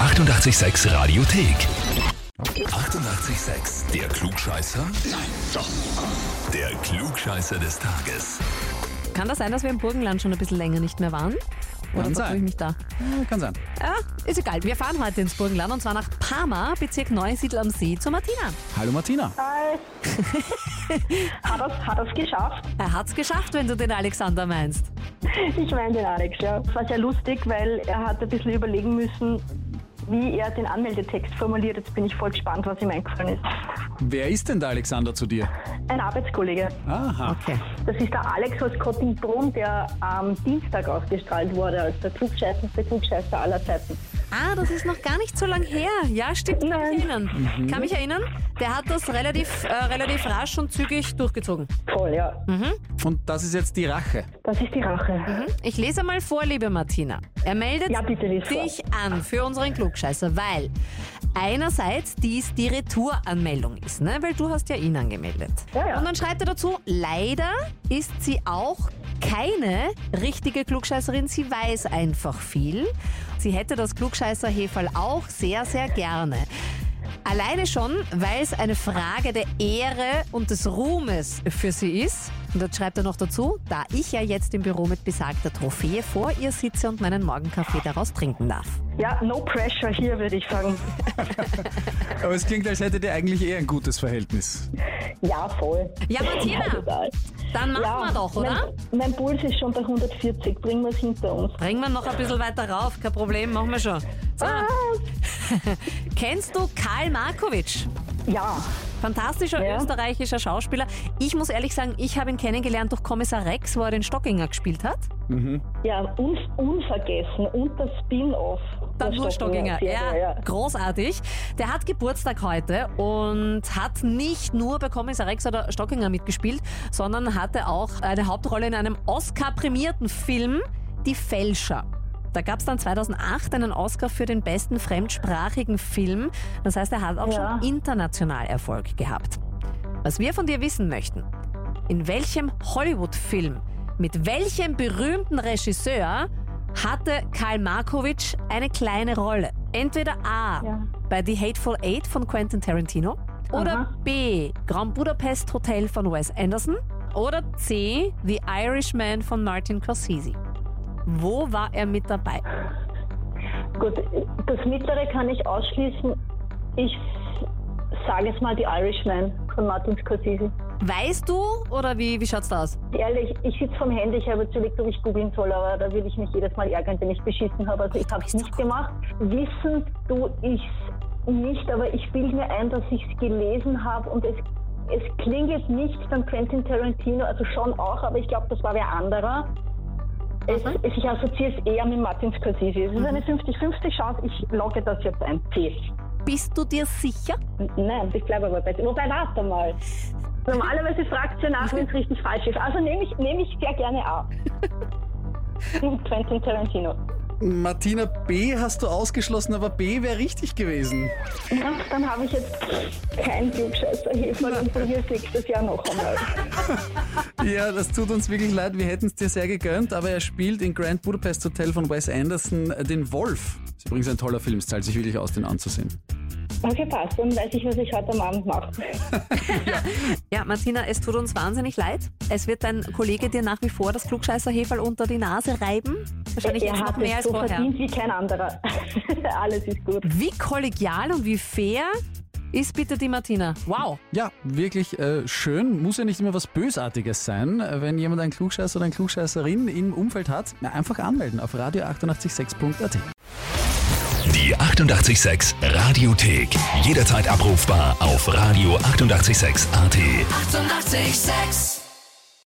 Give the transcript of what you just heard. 886 Radiothek. 88,6. Der Klugscheißer? Nein, doch. Der Klugscheißer des Tages. Kann das sein, dass wir im Burgenland schon ein bisschen länger nicht mehr waren? Oder Kann vertue ich sein. mich da? Ja, Ah, Kann sein. Ja, ist egal. Wir fahren heute ins Burgenland und zwar nach Parma, Bezirk Neusiedl am See, zu Martina. Hallo Martina. Hi. hat er hat er's geschafft? Er hat's geschafft, wenn du den Alexander meinst. Ich meine den Alex, ja. Es war sehr lustig, weil er hat ein bisschen überlegen müssen, wie er den Anmeldetext formuliert. Jetzt bin ich voll gespannt, was ihm eingefallen ist. Wer ist denn der Alexander zu dir? Ein Arbeitskollege. Aha. Okay. Das ist der Alex aus Kottingbrunn, der am Dienstag ausgestrahlt wurde als der klugscheißendste Klugscheißer aller Zeiten. Ah, das ist noch gar nicht so lang her. Ja, stimmt, kann mich erinnern. Mhm. Kann mich erinnern, der hat das relativ, äh, relativ rasch und zügig durchgezogen. Voll, ja. Mhm. Und das ist jetzt die Rache. Das ist die Rache. Ich lese mal vor, liebe Martina. Er meldet Ja, bitte lies vor. dich an für unseren Klugscheißer, weil einerseits dies die Retouranmeldung ist, ne? weil du hast ja ihn angemeldet. Ja, ja. Und dann schreibt er dazu, leider ist sie auch keine richtige Klugscheißerin, sie weiß einfach viel. Sie hätte das Klugscheißer-Heferl auch sehr, sehr gerne. Alleine schon, weil es eine Frage der Ehre und des Ruhmes für sie ist. Und dort schreibt er noch dazu, da ich ja jetzt im Büro mit besagter Trophäe vor ihr sitze und meinen Morgenkaffee daraus trinken darf. Ja, no pressure hier, würde ich sagen. Aber es klingt, als hättet ihr eigentlich eher ein gutes Verhältnis. Ja, voll. Ja, Martina, Total. dann machen wir doch, oder? Mein, mein Puls ist schon bei 140, bringen wir es hinter uns. Bringen wir noch ein bisschen weiter rauf, kein Problem, machen wir schon. So. Kennst du Karl Markovic? Ja, Fantastischer Ja. österreichischer Schauspieler. Ich muss ehrlich sagen, ich habe ihn kennengelernt durch Kommissar Rex, wo er den Stockinger gespielt hat. ja, un unvergessen und das Spin-off. der Dann nur Stockinger. Ja, Serie, ja. großartig. Der hat Geburtstag heute und hat nicht nur bei Kommissar Rex oder Stockinger mitgespielt, sondern hatte auch eine Hauptrolle in einem Oscar-prämierten Film, Die Fälscher. Da gab es dann 2008 einen Oscar für den besten fremdsprachigen Film. Das heißt, er hat auch Ja. schon international Erfolg gehabt. Was wir von dir wissen möchten, in welchem Hollywood-Film, mit welchem berühmten Regisseur hatte Karl Markovic eine kleine Rolle? Entweder A. Ja. bei The Hateful Eight von Quentin Tarantino oder Aha. B. Grand Budapest Hotel von Wes Anderson oder C. The Irishman von Martin Scorsese. Wo war er mit dabei? Gut, das mittlere kann ich ausschließen. Ich sage jetzt mal die Irishman von Martin Scorsese. Weißt du oder wie, wie schaut's da aus? Ehrlich, ich sitze vom Handy, ich habe jetzt überlegt, ob ich googeln soll, aber da will ich mich jedes Mal ärgern, wenn ich beschissen habe. Also ich habe es nicht gemacht. Wissend tue ich es nicht, aber ich bilde mir ein, dass ich es gelesen habe und es, es klingelt nicht von Quentin Tarantino, also schon auch, aber ich glaube, das war wer anderer. Es, es, ich assoziiere es eher mit Martin Scorsese. Es ist eine 50-50 Chance, ich logge das jetzt ein. C. Bist du dir sicher? N- Nein, ich bleibe aber bei C. Wobei, warte mal. Normalerweise fragt sie nach, wenn es richtig falsch ist. Also nehme ich, nehme ich sehr gerne A. Quentin Tarantino. Martina B hast du ausgeschlossen, aber B wäre richtig gewesen. Ja, dann habe ich jetzt kein Klugscheißer Heferl und probiere es nächstes Jahr noch einmal. Ja, das tut uns wirklich leid, wir hätten es dir sehr gegönnt, aber er spielt in Grand Budapest Hotel von Wes Anderson äh, den Wolf. Ist übrigens ein toller Film, es zahlt sich wirklich aus, den anzusehen. Okay, passt. Dann weiß ich, was ich heute am Abend mache. Ja, Martina, es tut uns wahnsinnig leid. Es wird dein Kollege dir nach wie vor das Klugscheißer-Heferl unter die Nase reiben. Wahrscheinlich er jetzt noch hat mehr es als so vorher. verdient wie kein anderer. Alles ist gut. Wie kollegial und wie fair ist bitte die Martina? Wow. Ja, wirklich äh, schön. Muss ja nicht immer was Bösartiges sein. Äh, Wenn jemand einen Klugscheißer oder eine Klugscheißerin im Umfeld hat, na, einfach anmelden auf radio886.at. Die 88,6 Radiothek. Jederzeit abrufbar auf radio886.at. 88,6. Eighty-eight, sex.